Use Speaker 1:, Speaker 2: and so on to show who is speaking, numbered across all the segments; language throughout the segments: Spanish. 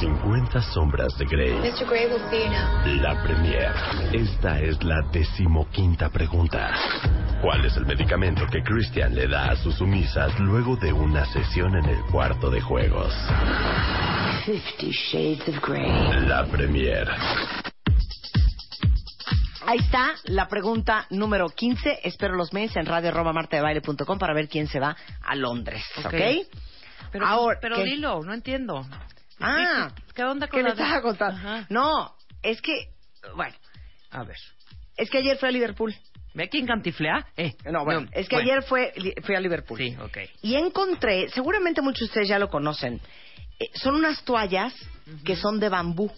Speaker 1: 50 sombras de Grey,
Speaker 2: Mr. Gray will see you now.
Speaker 1: la premier. Esta es la decimoquinta pregunta. ¿Cuál es el medicamento que Christian le da a sus sumisas luego de una sesión en el cuarto de juegos?
Speaker 3: Fifty Shades of Grey.
Speaker 1: La premier.
Speaker 3: Ahí está la pregunta número 15. Espero los mails en radio martadebaile.com para ver quién se va a Londres. ¿Ok?
Speaker 4: Ok. Pero, pues,
Speaker 3: Ahora,
Speaker 4: pero
Speaker 3: ¿qué?
Speaker 4: dilo, no entiendo.
Speaker 3: Ah,
Speaker 4: ¿Qué- ¿Qué onda con
Speaker 3: ¿qué
Speaker 4: la
Speaker 3: le
Speaker 4: de-
Speaker 3: estaba contando?
Speaker 4: Ajá.
Speaker 3: No, es que, bueno,
Speaker 4: A ver.
Speaker 3: es que ayer fue a Liverpool.
Speaker 4: ¿Ve quién cantiflea? Eh.
Speaker 3: No, bueno, es que ayer fue, li- fui a Liverpool.
Speaker 4: Sí, ok.
Speaker 3: Y encontré, seguramente muchos de ustedes ya lo conocen, eh, son unas toallas que son de bambú.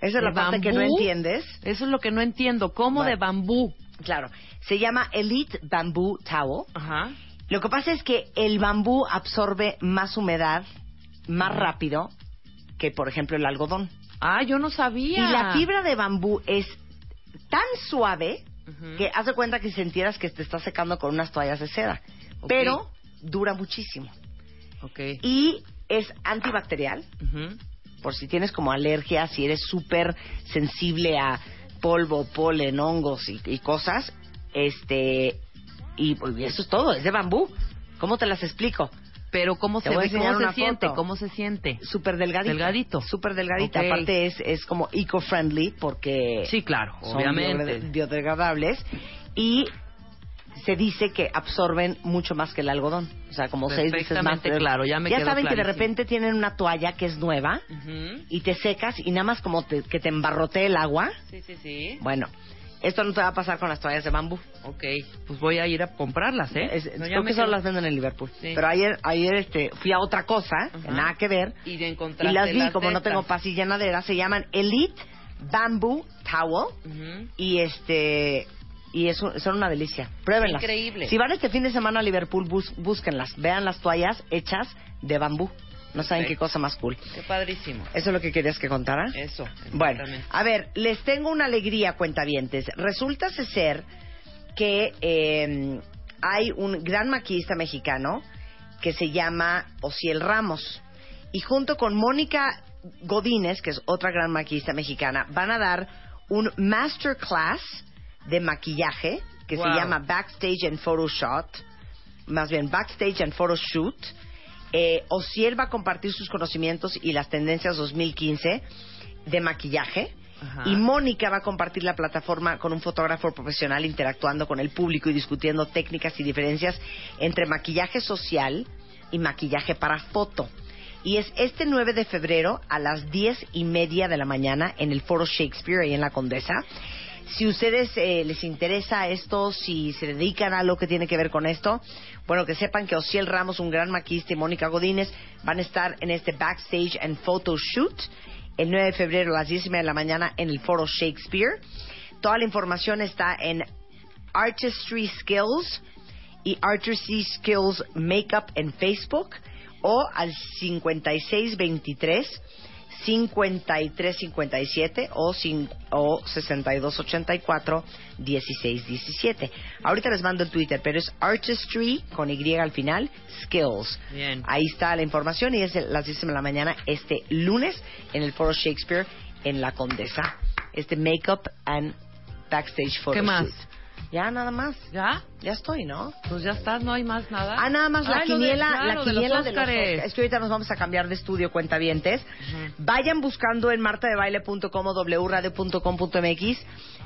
Speaker 3: Esa es
Speaker 4: ¿De
Speaker 3: la parte que no
Speaker 4: bambú?
Speaker 3: entiendes.
Speaker 4: Eso es lo que no entiendo. ¿Cómo
Speaker 3: Bueno.
Speaker 4: de bambú?
Speaker 3: Claro, se llama Elite Bamboo Towel.
Speaker 4: Ajá.
Speaker 3: Lo que pasa es que el bambú absorbe más humedad más rápido que, por ejemplo, el algodón.
Speaker 4: Ah, yo no sabía.
Speaker 3: Y la fibra de bambú es tan suave
Speaker 4: Ujú.
Speaker 3: que hace cuenta que sintieras que te estás secando con unas toallas de seda.
Speaker 4: Ok.
Speaker 3: Pero dura muchísimo.
Speaker 4: Ok.
Speaker 3: Y es antibacterial,
Speaker 4: Ujú.
Speaker 3: por si tienes como alergia, si eres súper sensible a polvo, polen, hongos y, y cosas. Este. Y, pues, eso es todo, es de bambú. ¿Cómo te las explico?
Speaker 4: Pero ¿cómo
Speaker 3: Te
Speaker 4: se
Speaker 3: voy a
Speaker 4: ve?
Speaker 3: enseñar
Speaker 4: ¿Cómo se
Speaker 3: una
Speaker 4: siente?
Speaker 3: foto.
Speaker 4: ¿Cómo se siente?
Speaker 3: Súper delgadita.
Speaker 4: Delgadito.
Speaker 3: Súper delgadita.
Speaker 4: Ok.
Speaker 3: Aparte es, es como eco-friendly porque
Speaker 4: Sí, claro,
Speaker 3: son
Speaker 4: obviamente.
Speaker 3: biodegra- biodegradables y se dice que absorben mucho más que el algodón. O sea, como seis veces más.
Speaker 4: Perfectamente claro, ya me quedó
Speaker 3: saben que de
Speaker 4: clarísimo.
Speaker 3: repente tienen una toalla que es nueva
Speaker 4: Ujú.
Speaker 3: y te secas y nada más como te- que te embarrote el agua.
Speaker 4: Sí, sí, sí.
Speaker 3: Bueno, esto no te va a pasar con las toallas de bambú.
Speaker 4: Ok, pues voy a ir a comprarlas, ¿eh?
Speaker 3: Es-
Speaker 4: No, ya
Speaker 3: creo
Speaker 4: me
Speaker 3: que solo
Speaker 4: quedó-
Speaker 3: las venden en Liverpool.
Speaker 4: Sí.
Speaker 3: Pero ayer, ayer este, fui a otra cosa, que
Speaker 4: Ajá.
Speaker 3: nada que ver.
Speaker 4: Y de
Speaker 3: Y
Speaker 4: encontraste
Speaker 3: las vi, como
Speaker 4: de
Speaker 3: no tengo
Speaker 4: estas.
Speaker 3: pasilla nadera, se llaman Elite Bamboo Towel.
Speaker 4: Ujú.
Speaker 3: Y este. Y es un- son una delicia. Pruébenlas.
Speaker 4: Increíble.
Speaker 3: Si van este fin de semana a Liverpool, bus- búsquenlas. Vean las toallas hechas de bambú. No saben
Speaker 4: Perfecto.
Speaker 3: qué cosa más cool.
Speaker 4: Qué padrísimo.
Speaker 3: ¿Eso es lo que querías que contara?
Speaker 4: Eso.
Speaker 3: Bueno,
Speaker 4: exactamente.
Speaker 3: a ver, les tengo una alegría, cuentavientes. Resulta ser que eh, hay un gran maquillista mexicano que se llama Ociel Ramos. Y junto con Mónica Godínez, que es otra gran maquillista mexicana, van a dar un masterclass de maquillaje que se
Speaker 4: Wow.
Speaker 3: llama Backstage and Photoshop más bien backstage and photo shoot. Eh, Ociel va a compartir sus conocimientos y las tendencias 2015 de maquillaje.
Speaker 4: Ajá.
Speaker 3: Y Mónica va a compartir la plataforma con un fotógrafo profesional interactuando con el público y discutiendo técnicas y diferencias entre maquillaje social y maquillaje para foto. Y es este 9 de febrero a las 10 y media de la mañana en el Foro Shakespeare, ahí en la Condesa. Si ustedes eh, les interesa esto, si se dedican a lo que tiene que ver con esto, bueno, que sepan que Ociel Ramos, un gran maquista, y Mónica Godínez van a estar en este backstage and photo shoot el 9 de febrero a las 10 y media de la mañana en el Foro Shakespeare. Toda la información está en Artistry Skills y Artistry Skills Makeup en Facebook o al 5623 5357 o, cin- o 6284 1617. Ahorita les mando el Twitter, pero es Artistry con Y al final, Skills.
Speaker 4: Bien.
Speaker 3: Ahí está la información y es el- las 10 de la mañana este lunes en el Foro Shakespeare en La Condesa. Este Makeup and Backstage Photo
Speaker 4: ¿Qué más?
Speaker 3: shoot. Ya nada más.
Speaker 4: ¿Ya?
Speaker 3: Ya estoy, ¿no?
Speaker 4: Pues ya estás, no hay más nada.
Speaker 3: Ah, nada más la
Speaker 4: Ay, lo de-
Speaker 3: quiniela,
Speaker 4: claro,
Speaker 3: la quiniela de los,
Speaker 4: Óscares.
Speaker 3: Óscar. Es que ahorita nos vamos a cambiar de estudio, cuentavientes. Vayan buscando en martadebaile.com o wradio.com.mx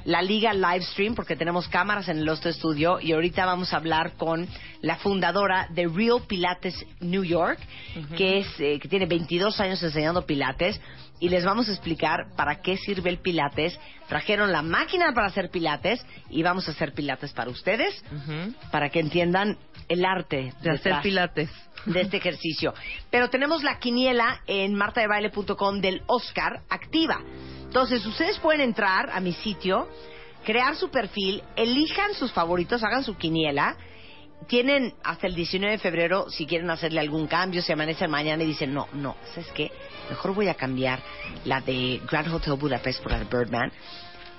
Speaker 3: la liga live stream porque tenemos cámaras en el otro estudio y ahorita vamos a hablar con la fundadora de Real Pilates New York, que es eh, que tiene 22 años enseñando pilates y les vamos a explicar para qué sirve el pilates. Trajeron la máquina para hacer pilates y vamos a hacer pilates para ustedes.
Speaker 4: Ujú.
Speaker 3: para que entiendan el arte
Speaker 4: De hacer
Speaker 3: detrás
Speaker 4: pilates.
Speaker 3: de este ejercicio. Pero tenemos la quiniela en martadebaile.com del Oscar activa. Entonces, ustedes pueden entrar a mi sitio, crear su perfil, elijan sus favoritos, hagan su quiniela. Tienen hasta el 19 de febrero si quieren hacerle algún cambio, se amanecen mañana y dicen, no, no, ¿sabes qué? Mejor voy a cambiar la de Grand Hotel Budapest por la de Birdman.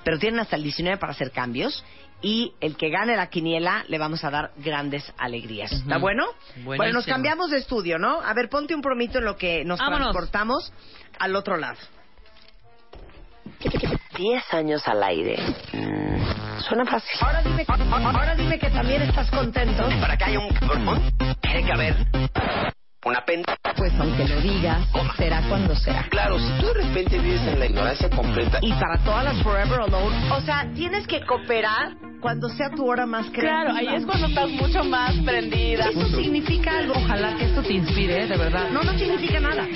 Speaker 3: Pero tienen hasta el 19 para hacer cambios y el que gane la quiniela le vamos a dar grandes alegrías.
Speaker 4: Ujú.
Speaker 3: ¿Está bueno? Bueno, nos
Speaker 4: Buenísimo.
Speaker 3: cambiamos de estudio, ¿no? A ver, ponte un promito en lo que nos
Speaker 4: Vámonos.
Speaker 3: transportamos al otro lado.
Speaker 2: 10 años al aire. Mm, Suena fácil.
Speaker 3: Ahora dime, ahora dime que también estás contento.
Speaker 5: Para que haya un cabrón, tiene que haber una penta.
Speaker 2: Pues aunque lo digas, será cuando será.
Speaker 5: Claro, si tú de repente vives en la ignorancia completa,
Speaker 3: Y para todas las Forever Alone, o sea, tienes que cooperar cuando sea tu hora más creativa.
Speaker 6: Claro, ahí es cuando estás mucho más prendida.
Speaker 3: Eso significa algo.
Speaker 4: Ojalá que esto te inspire, ¿eh? de verdad.
Speaker 3: No, no significa nada.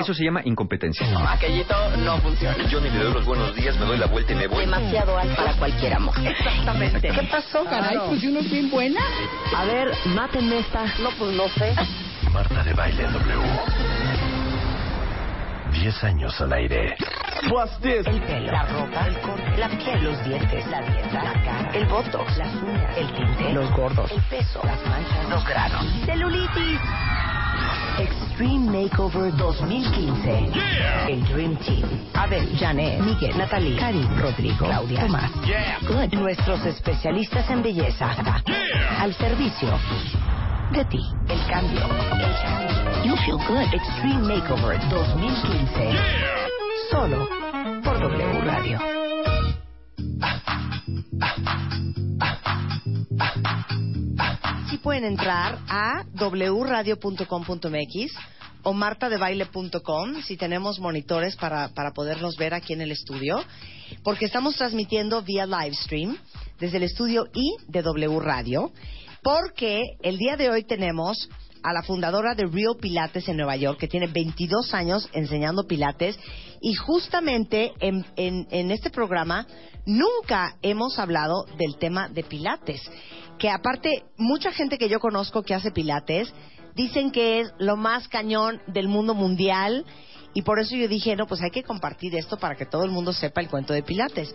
Speaker 7: Eso se llama incompetencia.
Speaker 5: aquellito no funciona. Yo ni le doy los buenos días, me doy la vuelta y me voy.
Speaker 2: Demasiado alto para cualquier amor.
Speaker 3: Exactamente.
Speaker 2: pasó,
Speaker 3: caray? Pues,
Speaker 2: si uno es bien buena. A ver, mátenme esta. No, pues no sé.
Speaker 1: Marta de Baile W. 10 años al aire.
Speaker 2: El pelo, la ropa, el corte, la piel, los dientes, la dieta, la cara, el botox, las uñas, el tinte, los gordos, el peso, las manchas, los granos, celulitis. Extreme Makeover 2015. El Dream Team. Abel, Janet, Miguel, Natalie, Karim, Rodrigo, Claudia, Tomás. Good. Nuestros especialistas en belleza. Al servicio de ti. El cambio. El cambio. You Feel Good Extreme Makeover 2015. Solo por W Radio.
Speaker 3: Sí pueden entrar a wradio.com.mx o martadebaile.com si tenemos monitores para, para podernos ver aquí en el estudio, porque estamos transmitiendo vía live stream desde el estudio I de W Radio, porque el día de hoy tenemos a la fundadora de Real Pilates en Nueva York, que tiene 22 años enseñando Pilates, y justamente en, en- en este programa nunca hemos hablado del tema de Pilates, que aparte mucha gente que yo conozco que hace Pilates dicen que es lo más cañón del mundo mundial, y por eso yo dije, no, pues hay que compartir esto para que todo el mundo sepa el cuento de Pilates.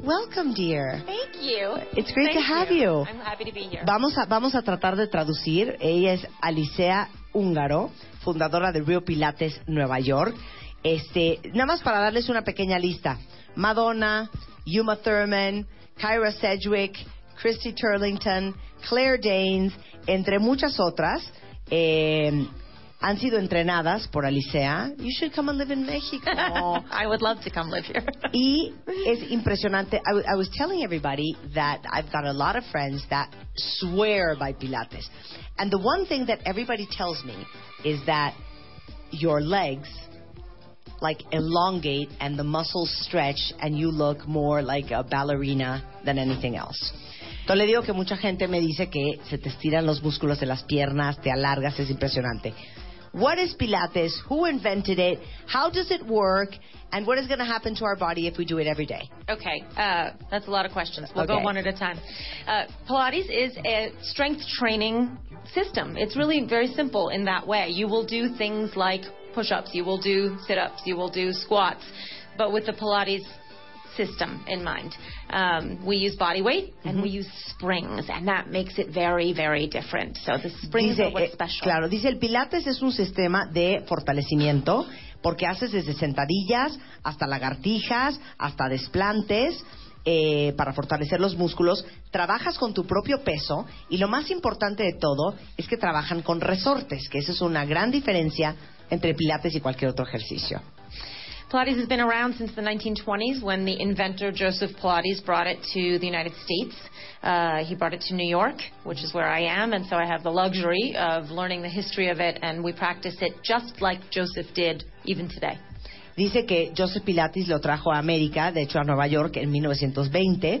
Speaker 3: Welcome, dear.
Speaker 8: Thank you.
Speaker 3: It's great to
Speaker 8: Thank
Speaker 3: have you.
Speaker 8: I'm happy to be here.
Speaker 3: Vamos a, vamos a tratar de traducir. Ella es Alicia Húngaro, fundadora de Rio Pilates Nueva York. Este, nada más para darles una pequeña lista. Madonna, Uma Thurman, Kyra Sedgwick, Christy Turlington, Claire Danes, entre muchas otras, eh, han sido entrenadas por Alicia. You should come and live in Mexico.
Speaker 8: I would love to come live here.
Speaker 3: Y es impresionante. I, w- I was telling everybody that I've got a lot of friends that swear by Pilates. And the one thing that everybody tells me is that your legs like elongate and the muscles stretch and you look more like a ballerina than anything else. Entonces le digo que mucha gente me dice que se te estiran los músculos de las piernas, te alargas, es impresionante. What is Pilates? Who invented it? How does it work? And what is going to happen to our body if we do it every day?
Speaker 8: Okay, uh, that's a lot of questions. We'll
Speaker 3: Okay.
Speaker 8: go one at a time. Uh, Pilates is a strength training system. It's really very simple in that way. You will do things like push ups, you will do sit ups, you will do squats, but with the Pilates system in mind. Um, we use body weight and we use springs, and that makes it very, very different. So the springs
Speaker 3: Dice,
Speaker 8: are what's
Speaker 3: eh,
Speaker 8: special.
Speaker 3: claro, dice el Pilates es un sistema de fortalecimiento porque haces desde sentadillas hasta lagartijas, hasta desplantes. eh, para fortalecer los músculos, trabajas con tu propio peso y lo más importante de todo es que trabajan con resortes, que esa es una gran diferencia entre pilates y cualquier otro ejercicio.
Speaker 8: Pilates has been around since the 1920s when the inventor Joseph Pilates brought it to the United States. Uh, he brought it to New York, which is where I am, and so I have the luxury of learning the history of it, and we practice it just like Joseph did even today.
Speaker 3: Dice que Joseph Pilates lo trajo a América, de hecho a Nueva York en 1920.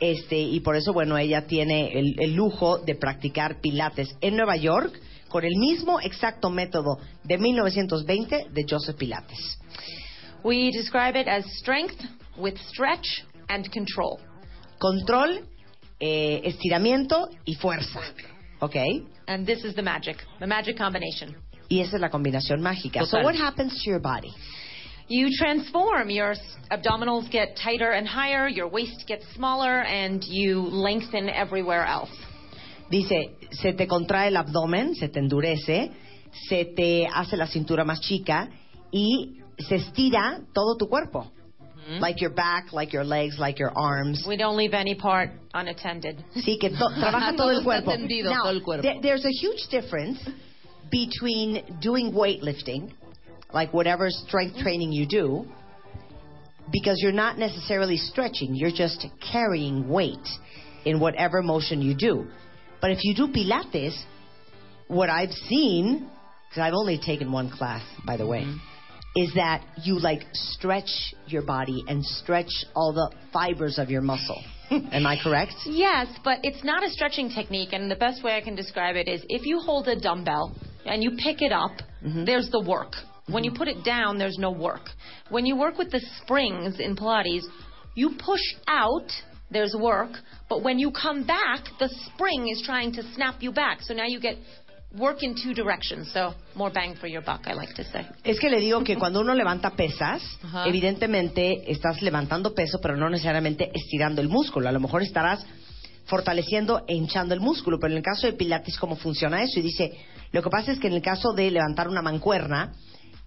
Speaker 3: Este, y por eso, bueno, ella tiene el, el lujo de practicar Pilates en Nueva York con el mismo exacto método de 1920 de Joseph Pilates.
Speaker 8: We describe it as strength with stretch and control.
Speaker 3: Control eh, estiramiento y fuerza. ¿Ok?
Speaker 8: And this is the magic, the magic combination.
Speaker 3: Y esa es la combinación mágica. So
Speaker 8: Total.
Speaker 3: what happens to your body?
Speaker 8: You transform. Your s- abdominals get tighter and higher, your waist gets smaller, and you lengthen everywhere else.
Speaker 3: Dice, se te contrae el abdomen, se te endurece, se te hace la cintura más chica y se estira todo tu cuerpo. Like your back, like your legs, like your arms.
Speaker 8: We don't leave any part unattended.
Speaker 3: Sí, que to- trabaja todo
Speaker 6: Todo
Speaker 3: el
Speaker 6: está
Speaker 3: cuerpo.
Speaker 6: tendido, todo el cuerpo.
Speaker 3: there- there's a huge difference between doing weightlifting, like whatever strength training you do, because you're not necessarily stretching, you're just carrying weight in whatever motion you do. But if you do Pilates, what I've seen, because I've only taken one class, by the way,
Speaker 6: Mm-hmm.
Speaker 3: is that you like stretch your body and stretch all the fibers of your muscle. Am I correct?
Speaker 8: Yes, but it's not a stretching technique, and the best way I can describe it is if you hold a dumbbell and you pick it up, there's the work. When you put it down, there's no work. When you work with the springs in Pilates, you push out, there's work, but when you come back, the spring is trying to snap you back. So now you get work in two directions. So more bang for your buck, I like to say.
Speaker 3: Es que le digo que cuando uno levanta pesas,
Speaker 8: Ajá.
Speaker 3: evidentemente estás levantando peso, pero no necesariamente estirando el músculo. A lo mejor estarás fortaleciendo e hinchando el músculo, pero en el caso de Pilates, ¿cómo funciona eso? Y dice, lo que pasa es que en el caso de levantar una mancuerna,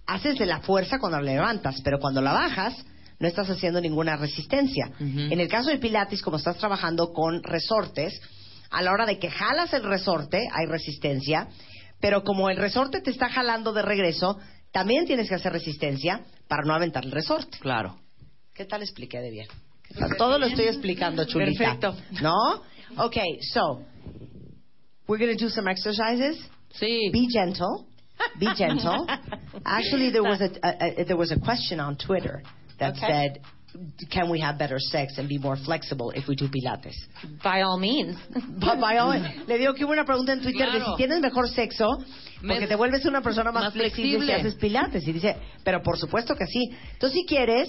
Speaker 3: haces de la fuerza cuando la levantas, pero cuando la bajas, no estás haciendo ninguna resistencia. En el caso de Pilates, como estás trabajando con resortes, a la hora de que jalas el resorte, hay resistencia, pero como el resorte te está jalando de regreso, también tienes que hacer resistencia para no aventar el resorte.
Speaker 4: Claro.
Speaker 3: ¿Qué tal expliqué de bien? ¿Qué tal? Todo lo estoy explicando, chulita.
Speaker 4: Perfecto.
Speaker 3: ¿No? Okay, so we're going to do some exercises.
Speaker 4: Sí.
Speaker 3: Be gentle. Be gentle. Actually, there was a, a, a there was a question on Twitter that
Speaker 8: Okay.
Speaker 3: said, "Can we have better sex and be more flexible if we do Pilates?"
Speaker 8: By all means.
Speaker 3: But by all- le digo que hubo una pregunta en Twitter de
Speaker 4: Claro.
Speaker 3: si tienes mejor sexo porque
Speaker 4: Mes-
Speaker 3: te vuelves una persona más,
Speaker 4: más
Speaker 3: flexible, si
Speaker 4: flexible.
Speaker 3: haces Pilates y dice, pero por supuesto que sí. Entonces, si quieres,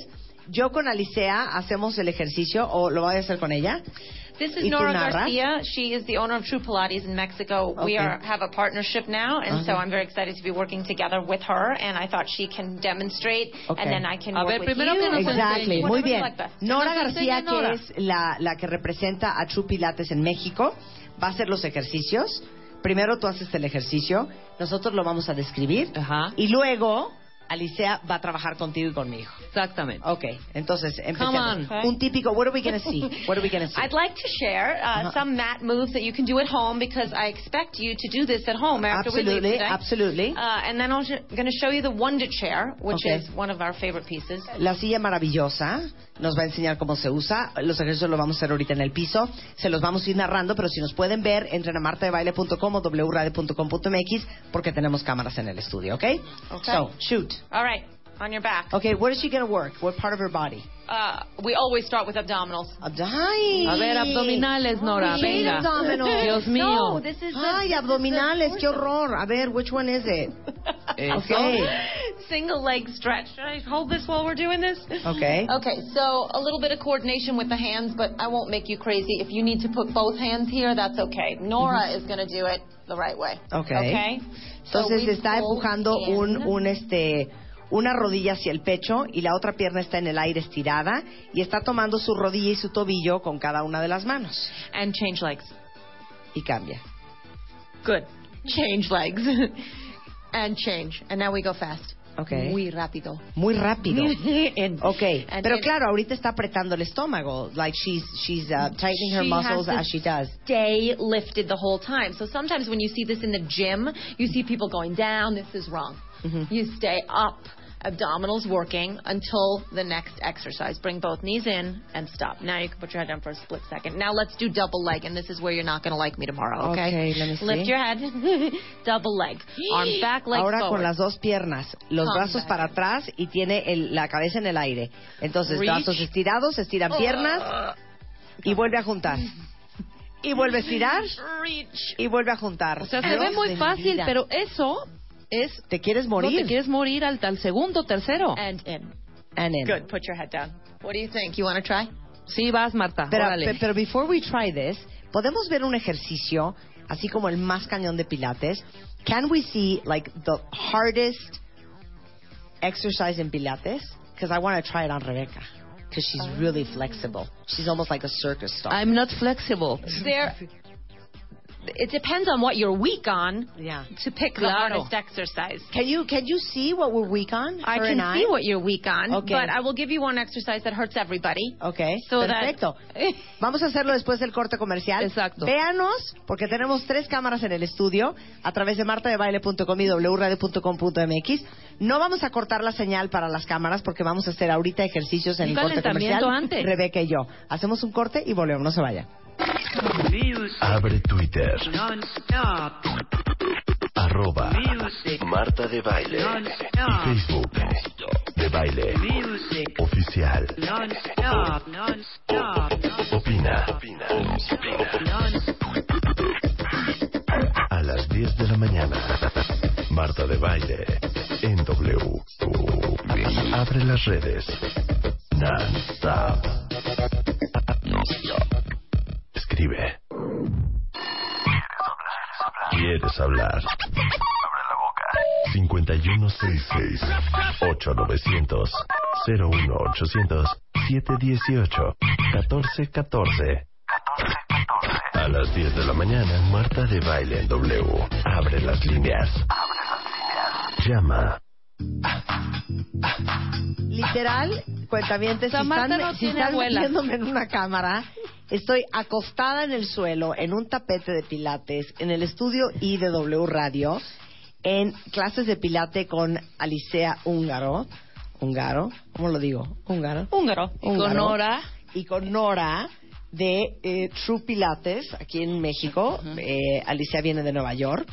Speaker 3: yo con Alicia hacemos el ejercicio o lo voy a hacer con ella.
Speaker 8: This
Speaker 3: ¿Y
Speaker 8: is
Speaker 3: tú,
Speaker 8: Nora
Speaker 3: Narra?
Speaker 8: Garcia. She is the owner of True Pilates in Mexico.
Speaker 3: Okay. Uh-huh.
Speaker 8: We are have a partnership now, and so
Speaker 3: Ajá.
Speaker 8: I'm very excited to be working together with her. And I thought she can demonstrate,
Speaker 3: Okay.
Speaker 8: and then I can
Speaker 4: A ver,
Speaker 8: work with
Speaker 4: primero
Speaker 8: you.
Speaker 4: que nos
Speaker 3: Exactly,
Speaker 4: enseñe.
Speaker 3: muy
Speaker 8: Whatever you
Speaker 3: bien.
Speaker 8: like best.
Speaker 3: Nora
Speaker 4: Que nos enseñe
Speaker 3: García, que
Speaker 4: Nora.
Speaker 3: es la, la que representa a True Pilates en México, va a hacer los ejercicios. Primero tú haces el ejercicio, nosotros lo vamos a describir
Speaker 4: Ajá.
Speaker 3: y luego Alicia va a trabajar contigo y conmigo.
Speaker 4: Exactamente.
Speaker 3: Ok, entonces empecemos.
Speaker 4: on.
Speaker 8: Okay.
Speaker 3: Un típico, what are we gonna see? What are we gonna see?
Speaker 8: I'd like to share uh, some mat moves that you can do at home because I expect you to do this at home after we leave
Speaker 3: Absolutely,
Speaker 8: today.
Speaker 3: absolutely.
Speaker 8: Uh, and then I'm going to show you the Wonder Chair, which
Speaker 3: Okay.
Speaker 8: is one of our favorite pieces.
Speaker 3: La silla maravillosa nos va a enseñar cómo se usa. Los ejercicios los vamos a hacer ahorita en el piso. Se los vamos a ir narrando, pero si nos pueden ver, entren a martadebaile.com o wradio.com.mx porque tenemos cámaras en el estudio, ¿ok? So, shoot.
Speaker 8: All right, on your back.
Speaker 3: Okay, where is she going to work? What part of her body?
Speaker 8: Uh, we always start with abdominals.
Speaker 3: Abdominales.
Speaker 4: A ver, abdominales, Nora,
Speaker 3: Ay,
Speaker 4: venga.
Speaker 3: abdominales.
Speaker 4: Dios mío.
Speaker 8: No, this is the-
Speaker 3: Ay, abdominales, qué horror. A ver, which one is it?
Speaker 4: Eso.
Speaker 3: Okay.
Speaker 8: Single leg stretch. Should I hold this while we're doing this?
Speaker 3: Okay.
Speaker 8: Okay, so a little bit of coordination with the hands, but I won't make you crazy. If you need to put both hands here, that's okay. Nora is going to do it the right way.
Speaker 3: Mm-hmm. Okay.
Speaker 8: Okay? So
Speaker 3: Entonces
Speaker 8: we
Speaker 3: está
Speaker 8: pull
Speaker 3: empujando
Speaker 8: in.
Speaker 3: un, un, este, una rodilla hacia el pecho y la otra pierna está en el aire estirada y está tomando su rodilla y su tobillo con cada una de las manos
Speaker 8: And change legs.
Speaker 3: y cambia.
Speaker 8: Good. Change legs. and change. And now we go fast.
Speaker 3: Okay.
Speaker 8: Muy rápido.
Speaker 3: Muy rápido.
Speaker 8: And-
Speaker 3: Ok,
Speaker 8: and
Speaker 3: pero
Speaker 8: it-
Speaker 3: claro, ahorita está apretando el estómago, like she's she's uh, tightening her
Speaker 8: She
Speaker 3: muscles
Speaker 8: has to
Speaker 3: as she does.
Speaker 8: stay lifted the whole time. So sometimes when you see this in the gym, you see people going down. This is wrong.
Speaker 3: Mm-hmm.
Speaker 8: You stay up, abdominals working until the next exercise. Bring both knees in and stop. Now you can put your head down for a split second. Now let's do double leg, and this is where you're not going to like me tomorrow. Okay.
Speaker 3: Okay, let me see.
Speaker 8: Lift your head, double leg, arm back, leg
Speaker 3: Ahora
Speaker 8: forward.
Speaker 3: con las dos piernas, los
Speaker 8: Come
Speaker 3: brazos
Speaker 8: back.
Speaker 3: para atrás y tiene el- la cabeza en el aire. Entonces,
Speaker 8: Reach.
Speaker 3: brazos estirados, estiran
Speaker 4: Ah.
Speaker 3: piernas y vuelve a juntar. Y vuelve a estirar
Speaker 8: Reach.
Speaker 3: y vuelve a juntar.
Speaker 4: O sea, se ve muy fácil, pero eso es...
Speaker 3: Te quieres
Speaker 4: No
Speaker 3: morir.
Speaker 4: te quieres morir Eh. al, al segundo, tercero.
Speaker 8: And in.
Speaker 3: And in.
Speaker 8: Good. Put your head down. What do you think? You want to try?
Speaker 4: Sí, vas, Marta.
Speaker 3: Pero,
Speaker 4: Órale.
Speaker 3: pe- pero before we try this, podemos ver un ejercicio, así como el más cañón de Pilates. Can we see like the hardest exercise in Pilates? Because I want to try it on Rebecca. Because she's
Speaker 8: Oh.
Speaker 3: really flexible. She's almost like a circus star.
Speaker 4: I'm not flexible.
Speaker 8: There, it depends on what you're weak on
Speaker 3: yeah.
Speaker 8: to pick the
Speaker 4: Claro.
Speaker 8: hardest exercise.
Speaker 3: Can you can you see what we're weak on?
Speaker 8: I
Speaker 3: her
Speaker 8: can
Speaker 3: and I?
Speaker 8: see what you're weak on,
Speaker 3: Okay.
Speaker 8: but I will give you one exercise that hurts everybody.
Speaker 3: Ok,
Speaker 8: So that-
Speaker 3: perfecto. Vamos a hacerlo después del corte comercial.
Speaker 4: Exacto.
Speaker 3: Véanos, porque tenemos tres cámaras en el estudio a través de martadebaile.com y wradio.com.mx. No vamos a cortar la señal para las cámaras porque vamos a hacer ahorita ejercicios en
Speaker 4: Un
Speaker 3: el corte
Speaker 4: calentamiento
Speaker 3: comercial.
Speaker 4: antes.
Speaker 3: Rebeca y yo. Hacemos un corte y volvemos, no se vaya.
Speaker 1: Abre Twitter. Arroba Marta de Baile. Y Facebook de Baile. Oficial. Opina. A las 10 de la mañana. Marta de Baile. En W. Abre las redes. Non-stop. Escribe. ¿Quieres hablar? Abre la boca. 5166 8900 01800 718 1414 A las 10 de la mañana, Marta de Baile en W. Abre las líneas. Llama.
Speaker 3: Literal, cuentamientos, si
Speaker 4: Samantha
Speaker 3: están,
Speaker 4: no
Speaker 3: si
Speaker 4: tiene
Speaker 3: están
Speaker 4: abuela.
Speaker 3: metiéndome en una cámara, estoy acostada en el suelo, en un tapete de pilates, en el estudio I de W Radio, en clases de pilate con Alicia Húngaro. Húngaro, ¿cómo lo digo? Húngaro.
Speaker 4: Húngaro.
Speaker 3: Húngaro.
Speaker 4: Con Nora.
Speaker 3: Y con Nora de eh, True Pilates, aquí en México. Eh, Alicia viene de Nueva York.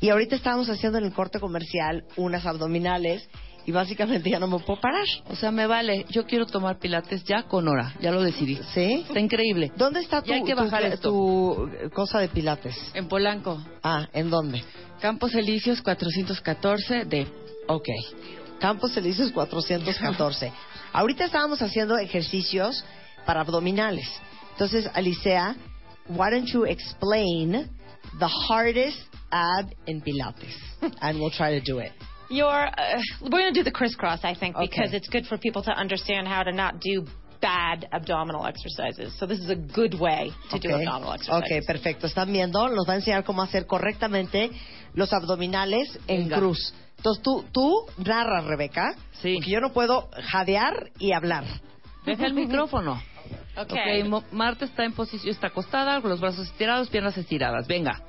Speaker 3: Y ahorita estábamos haciendo en el corte comercial unas abdominales y básicamente ya no me puedo parar.
Speaker 4: O sea, me vale. Yo quiero tomar pilates ya con Nora. Ya lo decidí.
Speaker 3: ¿Sí?
Speaker 4: Está increíble.
Speaker 3: ¿Dónde está tu,
Speaker 4: Ya hay que
Speaker 3: tu-
Speaker 4: bajar esto.
Speaker 3: tu, eh, cosa de pilates?
Speaker 4: En Polanco.
Speaker 3: Ah, ¿en dónde?
Speaker 4: Campos Elíseos 414 de...
Speaker 3: Ok. Campos Elíseos 414. Ahorita estábamos haciendo ejercicios para abdominales. Entonces, Alicia, why don't you explain the hardest ab in pilates? And we'll try to do it.
Speaker 8: Your, uh, we're going to do the crisscross, I think,
Speaker 3: Okay.
Speaker 8: because it's good for people to understand how to not do bad abdominal exercises. So this is a good way to do
Speaker 3: Ok.
Speaker 8: abdominal exercises.
Speaker 3: Ok, perfecto. Están viendo, nos va a enseñar cómo hacer correctamente los abdominales en
Speaker 4: Venga.
Speaker 3: cruz. Entonces tú, tú narras, Rebeca,
Speaker 4: Sí.
Speaker 3: porque yo no puedo jadear y hablar.
Speaker 4: Deja el micrófono.
Speaker 8: Okay.
Speaker 4: Ok, Mo- Marta está en posición, está acostada, con los brazos estirados, piernas estiradas. Venga,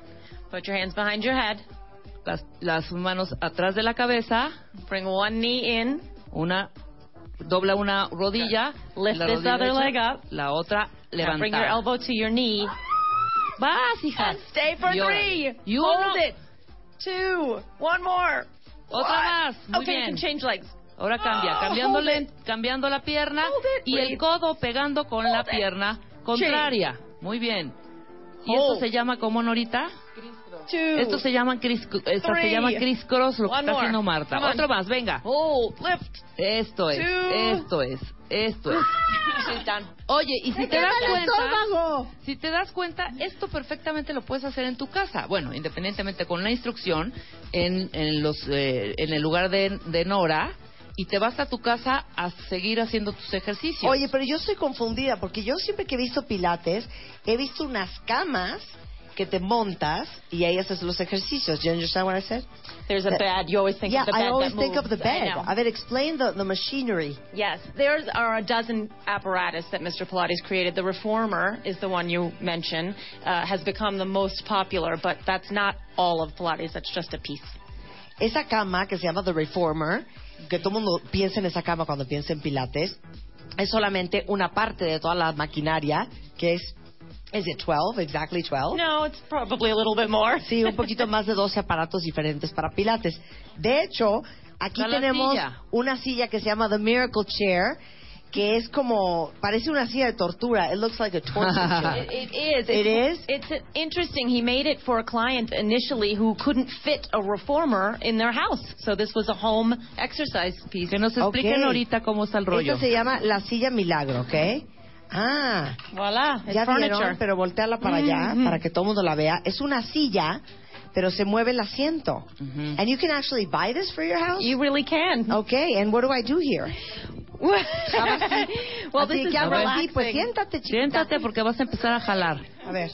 Speaker 8: Put your hands behind your head.
Speaker 4: las, las manos atrás de la cabeza,
Speaker 8: Bring one knee in.
Speaker 4: una dobla una rodilla,
Speaker 8: Lift
Speaker 4: la
Speaker 8: this
Speaker 4: rodilla
Speaker 8: other
Speaker 4: derecha,
Speaker 8: leg up.
Speaker 4: la otra
Speaker 8: Now bring your
Speaker 4: levantada.
Speaker 8: elbow to your knee.
Speaker 4: Vas, hija.
Speaker 8: And stay for
Speaker 4: Y órale.
Speaker 8: three.
Speaker 4: You
Speaker 8: Uno,
Speaker 4: hold it.
Speaker 8: Two. One more.
Speaker 4: Otra
Speaker 8: One.
Speaker 4: más. Muy
Speaker 8: okay,
Speaker 4: bien.
Speaker 8: you can change legs.
Speaker 4: Ahora cambia,
Speaker 8: Oh,
Speaker 4: cambiándole,
Speaker 8: hold
Speaker 4: cambiando la pierna
Speaker 8: Hold it,
Speaker 4: y el
Speaker 8: breathe.
Speaker 4: codo pegando con la
Speaker 8: Hold it.
Speaker 4: pierna contraria. Muy bien. ¿Y
Speaker 8: Hold.
Speaker 4: esto se llama cómo, Norita?
Speaker 8: Two.
Speaker 4: Esto se llama Chris, esta se
Speaker 8: Three.
Speaker 4: llama Chris Cross, lo que
Speaker 8: One
Speaker 4: está
Speaker 8: more.
Speaker 4: haciendo Marta.
Speaker 8: Come on.
Speaker 4: Otro más, venga.
Speaker 8: Hold. Lift.
Speaker 4: Esto es,
Speaker 8: Two.
Speaker 4: esto es, esto es.
Speaker 8: She's done.
Speaker 4: Oye, y si te das
Speaker 3: ¡Quema el
Speaker 4: cuenta,
Speaker 3: estómago!
Speaker 4: si te das cuenta, esto perfectamente lo puedes hacer en tu casa. Bueno, independientemente con la instrucción en, en los eh, en el lugar de, de Nora y te vas a tu casa a seguir haciendo tus ejercicios.
Speaker 3: Oye, pero yo estoy confundida porque yo siempre que he visto pilates he visto unas camas que te montas y ahí haces los ejercicios. You understand what I said?
Speaker 8: There's a
Speaker 3: The-
Speaker 8: bed. You always think
Speaker 3: yeah,
Speaker 8: of the bed
Speaker 3: I always
Speaker 8: that
Speaker 3: think
Speaker 8: moves.
Speaker 3: of the
Speaker 8: I
Speaker 3: bed.
Speaker 8: know.
Speaker 3: A ver, explain the, the machinery.
Speaker 8: Yes, there are a dozen apparatus that Mr. Pilates created. The reformer is the one you mentioned, uh, has become the most popular, but that's not all of Pilates. That's just a piece.
Speaker 3: Esa cama que se llama The Reformer, que todo el mundo piensa en esa cama cuando piensa en Pilates, es solamente una parte de toda la maquinaria que es. ¿Es it 12? Exactly 12.
Speaker 8: No, it's probably a little bit more.
Speaker 3: Sí, un poquito más de 12 aparatos diferentes para Pilates. De hecho, aquí
Speaker 4: Está la
Speaker 3: tenemos
Speaker 4: silla.
Speaker 3: una silla que se llama The Miracle Chair, que es como. parece una silla de tortura. It looks like a torture chair.
Speaker 4: E-,
Speaker 8: It,
Speaker 3: It
Speaker 8: it is.
Speaker 3: is?
Speaker 8: It's uh, interesting. He made it for a client initially who couldn't fit a reformer in their house, so this was a home exercise piece.
Speaker 4: que nos expliquen
Speaker 3: Ok.
Speaker 4: e-, ahorita cómo está el rollo.
Speaker 3: Esta se llama la silla milagro, ¿ok? Ah,
Speaker 8: Voila, it's
Speaker 3: ya
Speaker 8: furniture.
Speaker 3: vieron, pero volteala
Speaker 4: Mm,
Speaker 3: para allá para que todo el mundo la vea. Es una silla, pero se mueve el asiento.
Speaker 4: Mm-hmm.
Speaker 3: And you can actually buy this for your house?
Speaker 8: You really can.
Speaker 3: Okay, and what do I do here?
Speaker 8: well,
Speaker 3: Así
Speaker 8: this is
Speaker 3: que ahora sí, pues
Speaker 8: relaxing.
Speaker 3: siéntate, chiquita.
Speaker 4: Siéntate porque vas a empezar a jalar.
Speaker 3: A ver,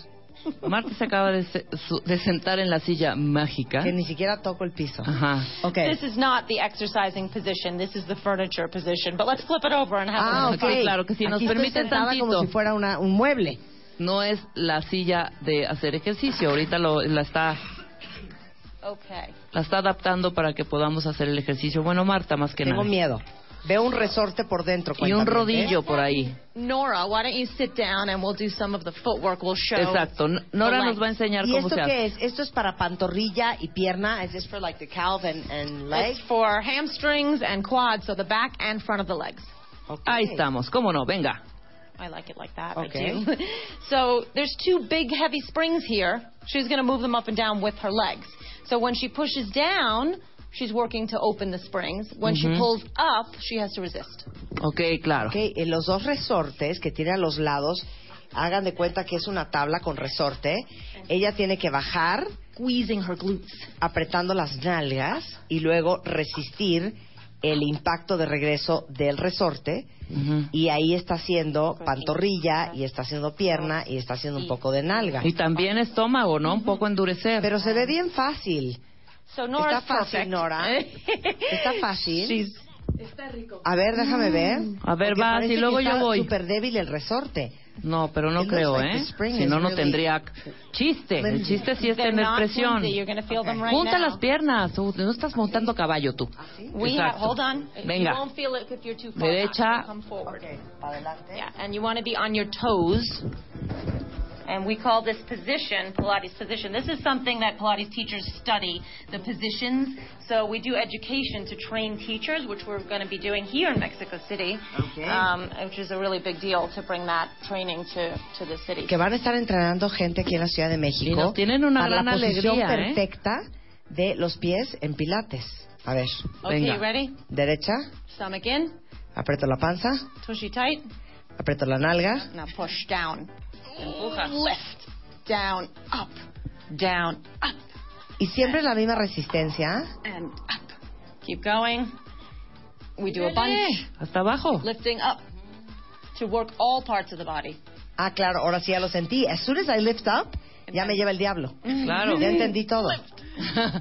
Speaker 4: Marta se acaba de, se- su- de sentar en la silla mágica.
Speaker 3: que ni siquiera toco el piso.
Speaker 4: Ajá.
Speaker 3: Okay.
Speaker 8: This is not the exercising position. This is the furniture position. But let's flip it over and have
Speaker 3: Ah,
Speaker 8: a
Speaker 3: ok.
Speaker 8: little
Speaker 4: Sí, claro que sí, nos
Speaker 3: Aquí estoy
Speaker 4: permiten
Speaker 3: sentada
Speaker 4: tantito.
Speaker 3: como si fuera una, un mueble.
Speaker 4: No es la silla de hacer ejercicio. Ahorita lo, la está
Speaker 8: fun. Okay.
Speaker 4: la está adaptando para que podamos hacer el ejercicio. Bueno, Marta, más que
Speaker 3: Tengo
Speaker 4: nada.
Speaker 3: miedo. Veo un resorte por dentro.
Speaker 4: Y
Speaker 3: cuéntame,
Speaker 4: un
Speaker 3: ¿eh?
Speaker 4: rodillo por ahí.
Speaker 8: Nora, why don't you sit down and we'll do some of the footwork. We'll show.
Speaker 4: Exacto. N- Nora
Speaker 8: the
Speaker 4: nos va a enseñar
Speaker 3: ¿Y
Speaker 4: cómo
Speaker 3: esto
Speaker 4: se hace.
Speaker 3: qué es? ¿Esto es para pantorrilla y pierna? ¿Es this for like the calf and, and leg?
Speaker 8: It's for hamstrings and quads, so the back and front of the legs.
Speaker 3: Okay.
Speaker 4: Ahí estamos. ¿Cómo no? Venga.
Speaker 8: I like it like that.
Speaker 3: Okay.
Speaker 8: I do. so there's two big heavy springs here. She's going to move them up and down with her legs. So when she pushes down, she's working to open the springs. When
Speaker 3: Mm-hmm.
Speaker 8: she pulls up, she has to resist.
Speaker 4: Ok, claro.
Speaker 3: Ok, y los dos resortes que tiene a los lados, hagan de cuenta que es una tabla con resorte. Ella tiene que bajar
Speaker 8: Squeezing her glutes.
Speaker 3: apretando las nalgas y luego resistir el impacto de regreso del resorte.
Speaker 4: Ujú.
Speaker 3: Y ahí está haciendo pantorrilla y está haciendo pierna y está haciendo un poco de nalga.
Speaker 4: Y también estómago, ¿no? Un poco endurecer.
Speaker 3: Pero se ve bien fácil.
Speaker 8: So Nora's
Speaker 3: Está fácil,
Speaker 8: perfect.
Speaker 3: Nora. Está fácil. A ver, déjame ver.
Speaker 4: A ver,
Speaker 3: Porque
Speaker 4: vas,
Speaker 3: parece
Speaker 4: y luego
Speaker 3: que
Speaker 4: yo
Speaker 3: está
Speaker 4: voy.
Speaker 3: Súper débil el resorte.
Speaker 4: No, pero no
Speaker 3: It looks
Speaker 4: creo,
Speaker 3: like the
Speaker 4: ¿eh?
Speaker 3: spring
Speaker 4: Si
Speaker 3: is
Speaker 4: no, no
Speaker 3: really-
Speaker 4: tendría chiste. El chiste sí es
Speaker 8: They're
Speaker 4: tener
Speaker 8: not
Speaker 4: presión.
Speaker 8: flimsy. You're going to feel them right
Speaker 4: Junta
Speaker 8: now.
Speaker 4: las piernas. Tú, no estás montando caballo tú.
Speaker 3: Ah,
Speaker 8: We have,
Speaker 4: Exacto.
Speaker 8: hold on. You
Speaker 4: Venga.
Speaker 8: won't feel it if you're too far
Speaker 4: Derecha.
Speaker 8: back. So Come forward.
Speaker 3: adelante.
Speaker 8: Yeah, and you want to be on your toes. And we call this position Pilates position. This is something that Pilates teachers study, the positions. So we do education to train teachers, which we're going to be doing here in Mexico City,
Speaker 3: Okay.
Speaker 8: um, which is a really big deal to bring that training to, to the city.
Speaker 3: Que van a estar entrenando gente aquí en la Ciudad de México.
Speaker 4: Y nos tienen una
Speaker 3: para
Speaker 4: gran
Speaker 3: la posición
Speaker 4: alegría, ¿eh?
Speaker 3: perfecta de los pies en pilates. A ver,
Speaker 8: Okay,
Speaker 4: Venga.
Speaker 8: you ready?
Speaker 3: derecha,
Speaker 8: Stomach in,
Speaker 3: aprieto la panza,
Speaker 8: tushy tight.
Speaker 3: aprieto la nalga,
Speaker 8: Now push down. Lift. Down, up. Down, up,
Speaker 3: y siempre la misma resistencia.
Speaker 8: and up. Keep going. We do a bunch.
Speaker 4: Hasta abajo.
Speaker 8: Lifting up to work all parts of the body.
Speaker 3: Ah, claro, ahora sí ya lo sentí. As soon as I lift up, ya me lleva el diablo.
Speaker 4: Claro.
Speaker 3: Ya entendí todo.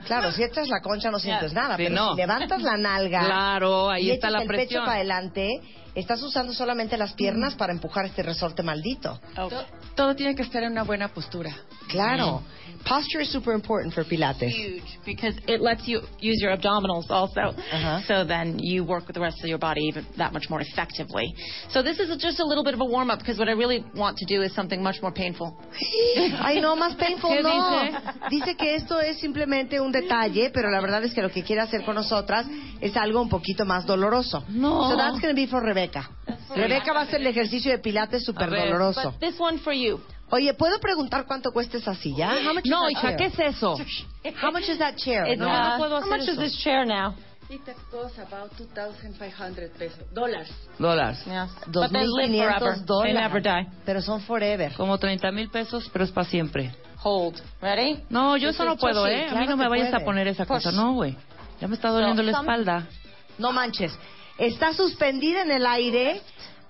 Speaker 3: Claro, si echas la concha no sientes nada,
Speaker 4: Sí,
Speaker 3: pero
Speaker 4: no.
Speaker 3: si levantas la nalga
Speaker 4: Claro, ahí
Speaker 3: y
Speaker 4: está
Speaker 3: echas
Speaker 4: la
Speaker 3: el pecho
Speaker 4: presión.
Speaker 3: para adelante, estás usando solamente las piernas para empujar este resorte maldito.
Speaker 8: Okay.
Speaker 7: Todo tiene que estar en una buena postura.
Speaker 3: Claro. Posture is super important for pilates.
Speaker 8: Huge because it lets you use your abdominals also.
Speaker 3: Uh-huh.
Speaker 8: So then you work with the rest of your body even that much more effectively. So this is just a little bit of a warm up because what I really want to do is something much more painful.
Speaker 3: Ay, no, más painful
Speaker 8: ¿Qué
Speaker 3: no.
Speaker 8: dice?
Speaker 3: Dice que esto es simplemente un detalle, pero la verdad es que lo que quiere hacer con nosotras es algo un poquito más doloroso.
Speaker 4: No.
Speaker 3: So that's going to be for Rebeca. Rebeca va a hacer el ejercicio de pilates súper
Speaker 4: ver,
Speaker 3: doloroso.
Speaker 8: But this one for you.
Speaker 3: Oye, ¿puedo preguntar cuánto cuesta esa silla? How much is
Speaker 4: No,
Speaker 3: that
Speaker 4: hija,
Speaker 3: chair?
Speaker 4: ¿qué es eso?
Speaker 3: How much is that chair?
Speaker 8: It's,
Speaker 3: No,
Speaker 8: uh,
Speaker 3: no puedo
Speaker 8: how
Speaker 3: hacer
Speaker 8: much is
Speaker 3: eso.
Speaker 8: this chair now?
Speaker 7: It costs about 2,500 pesos. Dólares.
Speaker 4: Dólares.
Speaker 8: Yes. But they live
Speaker 3: 2.500
Speaker 8: forever. They never die.
Speaker 3: dólares. Pero son forever.
Speaker 4: Como 30 mil pesos, pero es para siempre.
Speaker 8: Hold. Ready?
Speaker 4: No, yo
Speaker 3: Pues
Speaker 4: eso no
Speaker 3: eso
Speaker 4: puedo,
Speaker 3: sí,
Speaker 4: ¿eh? A mí
Speaker 3: claro
Speaker 4: no me
Speaker 3: que
Speaker 4: vayas
Speaker 3: puede.
Speaker 4: a poner esa
Speaker 3: Pues-
Speaker 4: cosa. No, güey. Ya me está doliendo la
Speaker 8: some-
Speaker 4: espalda.
Speaker 3: No manches. Está suspendida en el aire,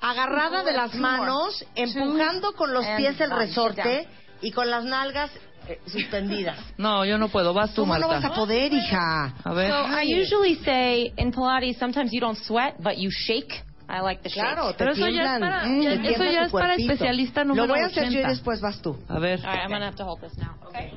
Speaker 3: agarrada de las manos, empujando con los
Speaker 8: and
Speaker 3: pies el
Speaker 8: one.
Speaker 3: resorte y con las nalgas eh, suspendidas.
Speaker 4: No, yo no puedo. Vas tú,
Speaker 3: ¿Cómo no vas a
Speaker 4: Marta.
Speaker 3: poder, hija?
Speaker 4: A
Speaker 8: So
Speaker 4: ver.
Speaker 8: I usually say in Pilates, sometimes you don't sweat, but you shake. I like the shake.
Speaker 3: Claro, te
Speaker 4: Pero eso ya es
Speaker 3: tiemblan,
Speaker 4: para-
Speaker 3: mm,
Speaker 4: ya-
Speaker 3: te
Speaker 4: eso
Speaker 3: tiembla
Speaker 4: ya
Speaker 3: tu
Speaker 4: es para
Speaker 3: cuerpito.
Speaker 4: especialista
Speaker 3: Lo
Speaker 4: número
Speaker 3: voy a hacer yo y
Speaker 4: 80.
Speaker 3: después vas tú.
Speaker 4: A ver.
Speaker 8: All right, I'm gonna have to hold this now. Okay.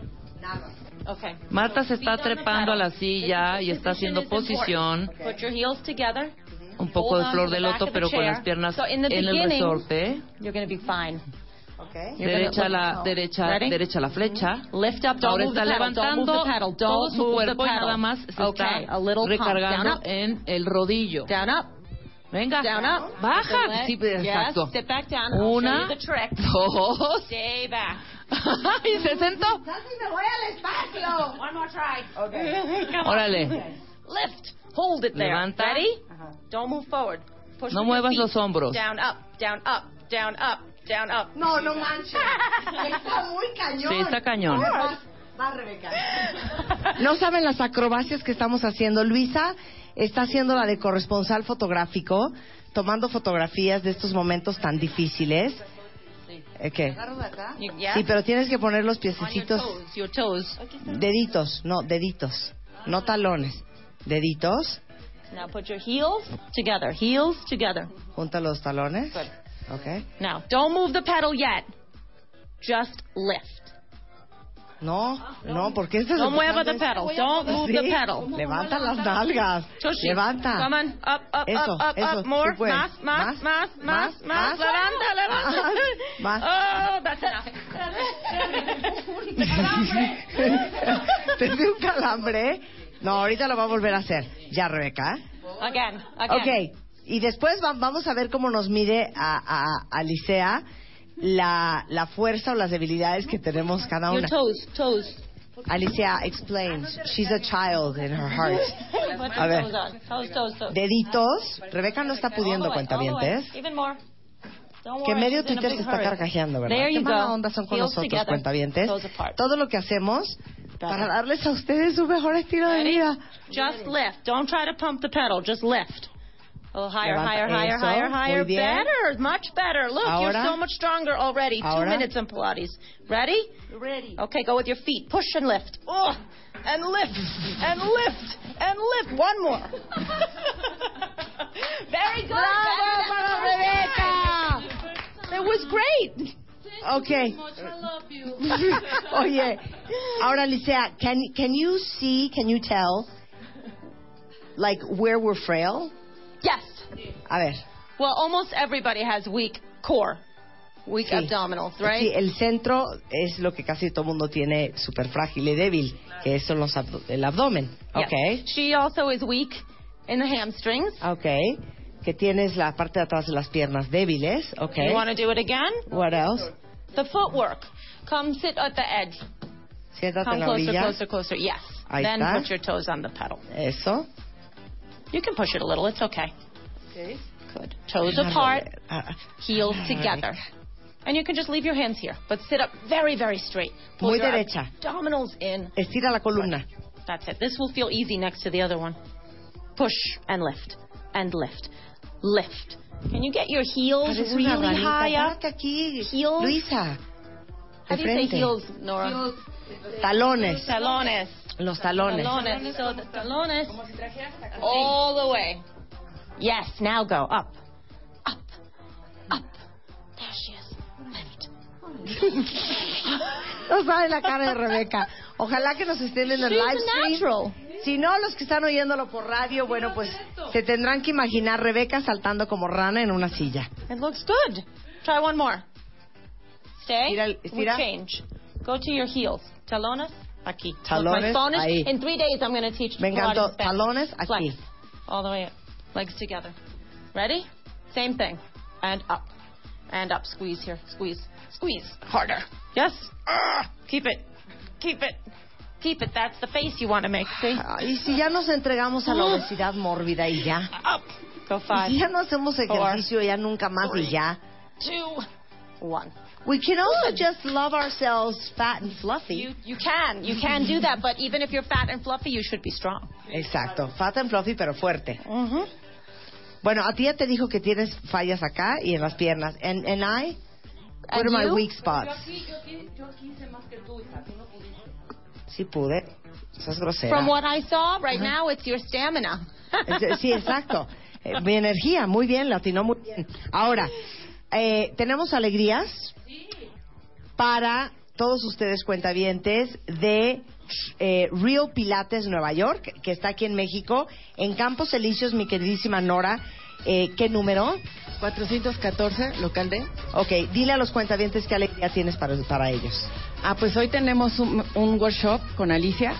Speaker 8: Okay.
Speaker 4: Marta se está
Speaker 8: Feet on the
Speaker 4: trepando a la
Speaker 8: pedal.
Speaker 4: silla
Speaker 8: This
Speaker 4: y está
Speaker 8: position
Speaker 4: haciendo
Speaker 8: is important.
Speaker 4: posición.
Speaker 8: Put your heels together.
Speaker 4: Un poco de
Speaker 8: Hold on
Speaker 4: flor
Speaker 8: to the
Speaker 4: de
Speaker 8: back
Speaker 4: loto,
Speaker 8: of the
Speaker 4: pero con
Speaker 8: chair.
Speaker 4: las piernas
Speaker 8: So in
Speaker 4: en
Speaker 8: the
Speaker 4: el
Speaker 8: beginning-
Speaker 4: resorte.
Speaker 8: You're gonna be fine.
Speaker 3: Okay.
Speaker 8: You're gonna
Speaker 4: Derecha
Speaker 8: look-
Speaker 4: la derecha,
Speaker 8: Ready? Mm-hmm.
Speaker 4: derecha la flecha.
Speaker 8: Lift up, don't
Speaker 4: Ahora
Speaker 8: move
Speaker 4: está
Speaker 8: the pedal, don't move
Speaker 4: levantando
Speaker 8: the pedal,
Speaker 4: todo
Speaker 8: don't
Speaker 4: su
Speaker 8: move the
Speaker 4: cuerpo y
Speaker 8: pedal.
Speaker 4: nada más se
Speaker 8: okay, a
Speaker 4: está
Speaker 8: little pump. Down
Speaker 4: recargando
Speaker 8: up,
Speaker 4: en el rodillo.
Speaker 8: down up,
Speaker 4: Venga,
Speaker 8: down up. With the
Speaker 4: baja.
Speaker 8: leg.
Speaker 4: Sí, pues,
Speaker 8: Yes,
Speaker 4: exacto.
Speaker 8: step back down. I'll show you
Speaker 4: Una.
Speaker 8: the trick.
Speaker 4: Dos.
Speaker 8: Stay back.
Speaker 4: y se sentó.
Speaker 8: One more try.
Speaker 4: Órale,
Speaker 8: Lift. Hold it there.
Speaker 4: Levanta.
Speaker 8: Ready? Don't move forward. Push
Speaker 4: no
Speaker 8: with your
Speaker 4: muevas
Speaker 8: feet.
Speaker 4: los hombros.
Speaker 8: Down, up, down, up. down, up, down, up.
Speaker 9: No, no manches. Está muy cañón.
Speaker 4: Sí, está cañón.
Speaker 9: Va, va, Rebeca.
Speaker 3: No saben las acrobacias que estamos haciendo. Luisa está haciendo la de corresponsal fotográfico, tomando fotografías de estos momentos tan difíciles. Eh, ¿Qué?
Speaker 7: Agarro de acá.
Speaker 8: You- yeah?
Speaker 3: Sí, pero tienes que poner los
Speaker 8: On your
Speaker 3: piececitos,
Speaker 8: toes, your toes.
Speaker 3: deditos, no, deditos, no talones, deditos,
Speaker 8: Now put your heels together, heels together.
Speaker 3: junta los talones.
Speaker 8: Good.
Speaker 3: Ok.
Speaker 8: Now, don't move the pedal yet. Just lift.
Speaker 3: No, no, porque este es
Speaker 8: Don't mueva
Speaker 3: importante.
Speaker 8: the pedal. Don't move the
Speaker 3: Sí.
Speaker 8: pedal.
Speaker 3: Levanta las nalgas.
Speaker 8: Toshi,
Speaker 3: Levanta.
Speaker 8: Come on, up, up,
Speaker 3: Eso,
Speaker 8: up, up,
Speaker 3: eso,
Speaker 8: up, more,
Speaker 3: tú puedes.
Speaker 8: más, más, más, más, más,
Speaker 3: más,
Speaker 8: levanta, levanta.
Speaker 3: más.
Speaker 8: Oh, that's enough.
Speaker 3: Te dio un calambre. No, ahorita lo va a volver a hacer. Ya, Rebeca.
Speaker 8: Again, again.
Speaker 3: Ok. Y después va- vamos a ver cómo nos mide a, a, a Licea la, la fuerza o las debilidades que tenemos cada
Speaker 8: Your
Speaker 3: una.
Speaker 8: toes, toes.
Speaker 3: Alicia explains. She's a child in her heart.
Speaker 8: Put
Speaker 3: A
Speaker 8: your
Speaker 3: ver.
Speaker 8: toes on. Toes, toes, toes.
Speaker 3: Deditos. Rebeca no está
Speaker 8: All the
Speaker 3: pudiendo,
Speaker 8: way, all the way.
Speaker 3: cuentavientes.
Speaker 8: Even more. Don't
Speaker 3: Que
Speaker 8: worry,
Speaker 3: medio
Speaker 8: she's in a
Speaker 3: Twitter
Speaker 8: big
Speaker 3: se está
Speaker 8: hurry.
Speaker 3: carcajeando, ¿verdad?
Speaker 8: There
Speaker 3: Qué
Speaker 8: you
Speaker 3: mala
Speaker 8: go.
Speaker 3: onda son con
Speaker 8: Heels
Speaker 3: nosotros,
Speaker 8: together,
Speaker 3: cuentavientes.
Speaker 8: toes apart.
Speaker 3: Todo lo que hacemos para darles a ustedes su mejor estilo de
Speaker 8: Ready?
Speaker 3: vida.
Speaker 8: Just lift. Don't try to pump the pedal. Just lift. A little higher,
Speaker 3: Levanta
Speaker 8: higher, higher,
Speaker 3: eso.
Speaker 8: higher,
Speaker 3: Muy
Speaker 8: higher.
Speaker 3: bien.
Speaker 8: Better. Much better. Look,
Speaker 3: Ahora.
Speaker 8: you're so much stronger already.
Speaker 3: Ahora.
Speaker 8: Two minutes in Pilates. Ready? Ready. Okay, go with your feet. Push and lift. Oh, and lift, and lift, and lift. One more. Very good.
Speaker 3: ¡Bravo
Speaker 8: Better than
Speaker 3: para
Speaker 8: the first time.
Speaker 3: Rebeca!
Speaker 8: It was great.
Speaker 3: Ok. Oye, ahora Alicia, can, can you see, can you tell, like, where we're frail?
Speaker 8: Yes.
Speaker 3: A ver.
Speaker 8: Well, almost everybody has weak core, weak
Speaker 3: Sí.
Speaker 8: abdominals, right?
Speaker 3: Sí, el centro es lo que casi todo mundo tiene súper frágil y débil, que son los abdo- el abdomen.
Speaker 8: Yeah.
Speaker 3: Okay.
Speaker 8: She also is weak in the hamstrings.
Speaker 3: Ok. Que tienes la parte de atrás de las piernas débiles. Ok.
Speaker 8: You want to do it again?
Speaker 3: What else?
Speaker 8: The footwork. Come sit at the edge.
Speaker 3: Siéntate en
Speaker 8: Come
Speaker 3: la
Speaker 8: closer,
Speaker 3: orilla.
Speaker 8: closer, closer. Yes.
Speaker 3: Ahí
Speaker 8: then
Speaker 3: está.
Speaker 8: put your toes on the pedal.
Speaker 3: Eso.
Speaker 8: You can push it a little. It's okay.
Speaker 7: Okay.
Speaker 8: Good. Toes apart,
Speaker 3: Ah,
Speaker 8: heels together. And you can just leave your hands here, but sit up very, very straight. Pull
Speaker 3: Muy
Speaker 8: your
Speaker 3: derecha.
Speaker 8: abdominals in.
Speaker 3: Estira la columna.
Speaker 8: That's it. This will feel easy next to the other one. Push and lift and lift. Lift. Can you get your heels
Speaker 3: Parece una
Speaker 8: really
Speaker 3: ranita.
Speaker 8: high up?
Speaker 3: Párate aquí.
Speaker 8: Heels.
Speaker 3: Luisa.
Speaker 8: How
Speaker 3: De
Speaker 8: do you say
Speaker 3: frente.
Speaker 8: heels, Nora?
Speaker 3: Talones.
Speaker 8: Talones.
Speaker 3: Los talones.
Speaker 8: Talones. So the talones all the way. Yes, now go up. Up. Up. There she is. Lift.
Speaker 3: No sabe la cara de Rebeca. Ojalá que nos estén viendo en
Speaker 8: She's
Speaker 3: live
Speaker 8: a
Speaker 3: stream.
Speaker 8: natural.
Speaker 3: Si no, los que están oyéndolo por radio, bueno, pues se tendrán que imaginar Rebeca saltando como rana en una silla.
Speaker 8: It looks good. Try one more. Stay.
Speaker 3: Estira-
Speaker 8: We
Speaker 3: estira.
Speaker 8: change. Go to your heels. Talones. Aquí.
Speaker 3: Talones,
Speaker 8: Look, my Spanish.
Speaker 3: ahí.
Speaker 8: In three days, I'm going to teach
Speaker 3: Me encantó.
Speaker 8: Pilates Spanish.
Speaker 3: Talones aquí.
Speaker 8: Flex. All the way up. Legs together. Ready? Same thing. And up. And up. Squeeze here. Squeeze. Squeeze. Harder. Yes. Ah, Keep it. Keep it. Keep it. That's the face you want to make. See?
Speaker 3: Ah, Y si ya nos entregamos a la obesidad mórbida y ya.
Speaker 8: Up. Go five,
Speaker 3: Si ya no hacemos ejercicio ya nunca más y ya.
Speaker 8: two, one.
Speaker 3: We can also just love ourselves fat and fluffy.
Speaker 8: You, you can. You can do that. But even if you're fat and fluffy, you should be strong.
Speaker 3: Exacto, fat and fluffy pero fuerte. Bueno, a ti ya te dijo que tienes fallas acá y en las piernas. And, and I, what
Speaker 8: And
Speaker 3: are my
Speaker 8: you?
Speaker 3: weak spots? Sí pude. Estás grosera.
Speaker 8: From what I saw right now, it's your stamina.
Speaker 3: Es- Sí, exacto. Eh, Mi energía, muy bien, latino, muy bien. Ahora, eh, tenemos alegrías para todos ustedes cuentavientes de eh, Real Pilates Nueva York, que está aquí en México, en Campos Elíseos, mi queridísima Nora. Eh, ¿Qué número?
Speaker 7: 414, local D.
Speaker 3: Ok, dile a los cuentavientes qué alegría tienes para, para ellos.
Speaker 7: Ah, pues hoy tenemos un, un workshop con Alicia.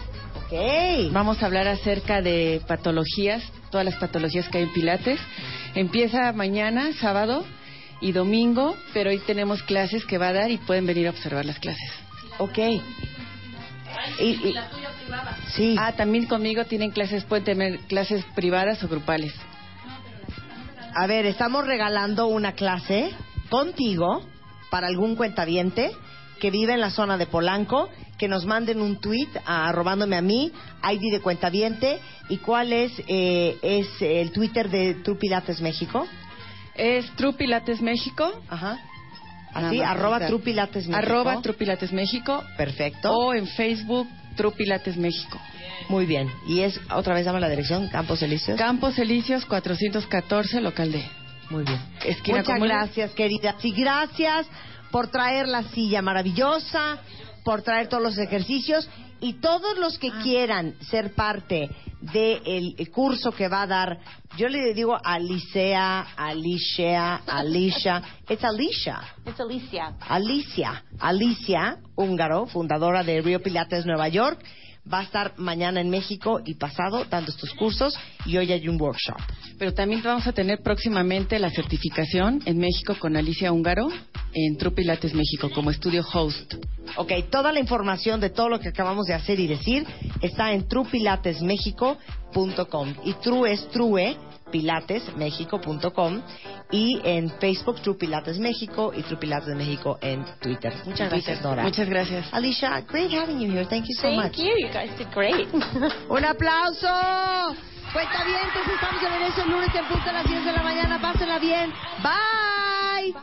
Speaker 3: Ok.
Speaker 7: Vamos a hablar acerca de patologías, todas las patologías que hay en Pilates. Empieza mañana, sábado y domingo, pero hoy tenemos clases que va a dar y pueden venir a observar las clases.
Speaker 3: Ok. Y, y- sí.
Speaker 7: Ah, también conmigo tienen clases, pueden tener clases privadas o grupales.
Speaker 3: A ver, estamos regalando una clase contigo para algún cuentaviente que vive en la zona de Polanco, que nos manden un tweet a arrobándome a mí, ID de cuentaviente, y cuál es, eh, es el Twitter de True Pilates México.
Speaker 7: Es True Pilates México.
Speaker 3: Ajá.
Speaker 7: Nada
Speaker 3: Así,
Speaker 7: más,
Speaker 3: arroba
Speaker 7: o sea,
Speaker 3: True Pilates México.
Speaker 7: Arroba True Pilates México.
Speaker 3: Perfecto.
Speaker 7: O en Facebook True Pilates México.
Speaker 3: Muy bien. Y es, otra vez dame la dirección, Campos Elíseos.
Speaker 7: Campos Elíseos 414, local D.
Speaker 3: Muy bien.
Speaker 7: Esquina
Speaker 3: Muchas
Speaker 7: Común.
Speaker 3: gracias, querida. Y gracias por traer la silla maravillosa, por traer todos los ejercicios y todos los que quieran ser parte del curso que va a dar. Yo le digo Alicia, Alicia, Alicia. Es Alicia.
Speaker 8: It's Alicia.
Speaker 3: Alicia, Alicia Húngaro, fundadora de Rio Pilates Nueva York, va a estar mañana en México y pasado dando estos cursos y hoy hay un workshop.
Speaker 7: Pero también vamos a tener próximamente la certificación en México con Alicia Húngaro en True Pilates México como estudio host.
Speaker 3: Ok, toda la información de todo lo que acabamos de hacer y decir está en trupilatesmexico.com y true es e, true pilatesmexico.com y en Facebook True Pilates México y True Pilates México en Twitter. Muchas gracias, Nora.
Speaker 7: Muchas gracias.
Speaker 3: Alicia, great having you here. Thank you so
Speaker 8: Thank
Speaker 3: much.
Speaker 8: you. You guys did great.
Speaker 3: ¡Un aplauso! Cuenta bien, entonces estamos de regreso el lunes en punto a las 10 de la mañana. Pásenla bien. Bye.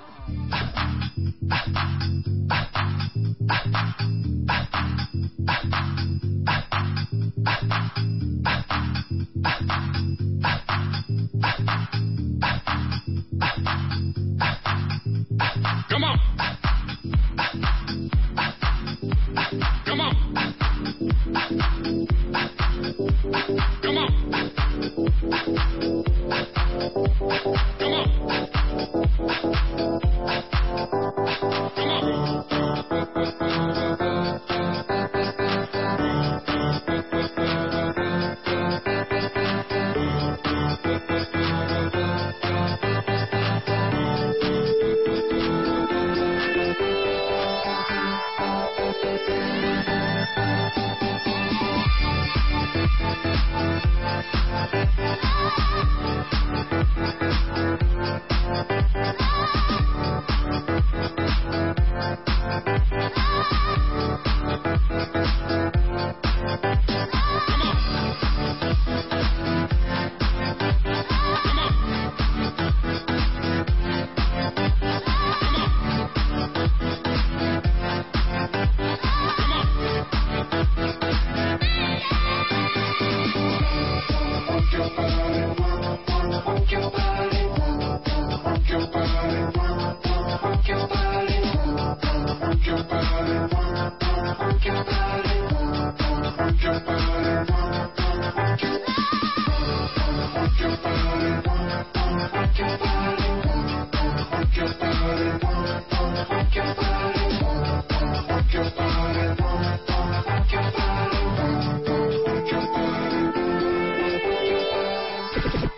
Speaker 10: Come on. Come on. Come on. Come on. Come on.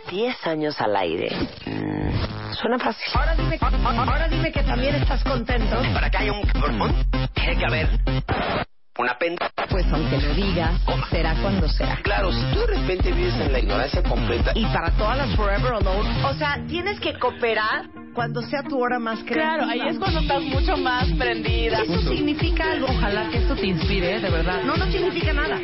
Speaker 2: Diez años al aire. Mm. Suena fácil.
Speaker 3: Ahora dime, ahora dime que también estás contento.
Speaker 5: Para que haya un cabrón, tiene que haber una penta.
Speaker 3: Pues aunque lo digas, será cuando será.
Speaker 5: Claro, si tú de repente vives en la ignorancia completa
Speaker 3: Y para todas las Forever Alone, o sea, tienes que cooperar cuando sea tu hora más
Speaker 6: Claro,
Speaker 3: creativa.
Speaker 6: ahí es cuando estás mucho más prendida.
Speaker 3: Eso significa algo, ojalá que esto te inspire, de verdad. No, no significa nada.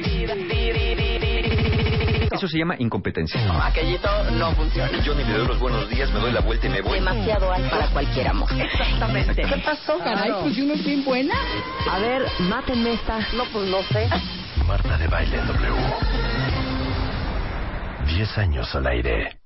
Speaker 11: Eso se llama incompetencia.
Speaker 5: Aquellito no funciona. Yo ni le doy los buenos días, me doy la vuelta y me voy.
Speaker 2: Demasiado alto para cualquier amor.
Speaker 3: Exactamente.
Speaker 2: ¿Qué pasó,
Speaker 6: Caray, pues yo no es bien buena.
Speaker 2: A ver, mátenme esta. No, pues no sé.
Speaker 1: Marta de Baile W. 10 años al aire.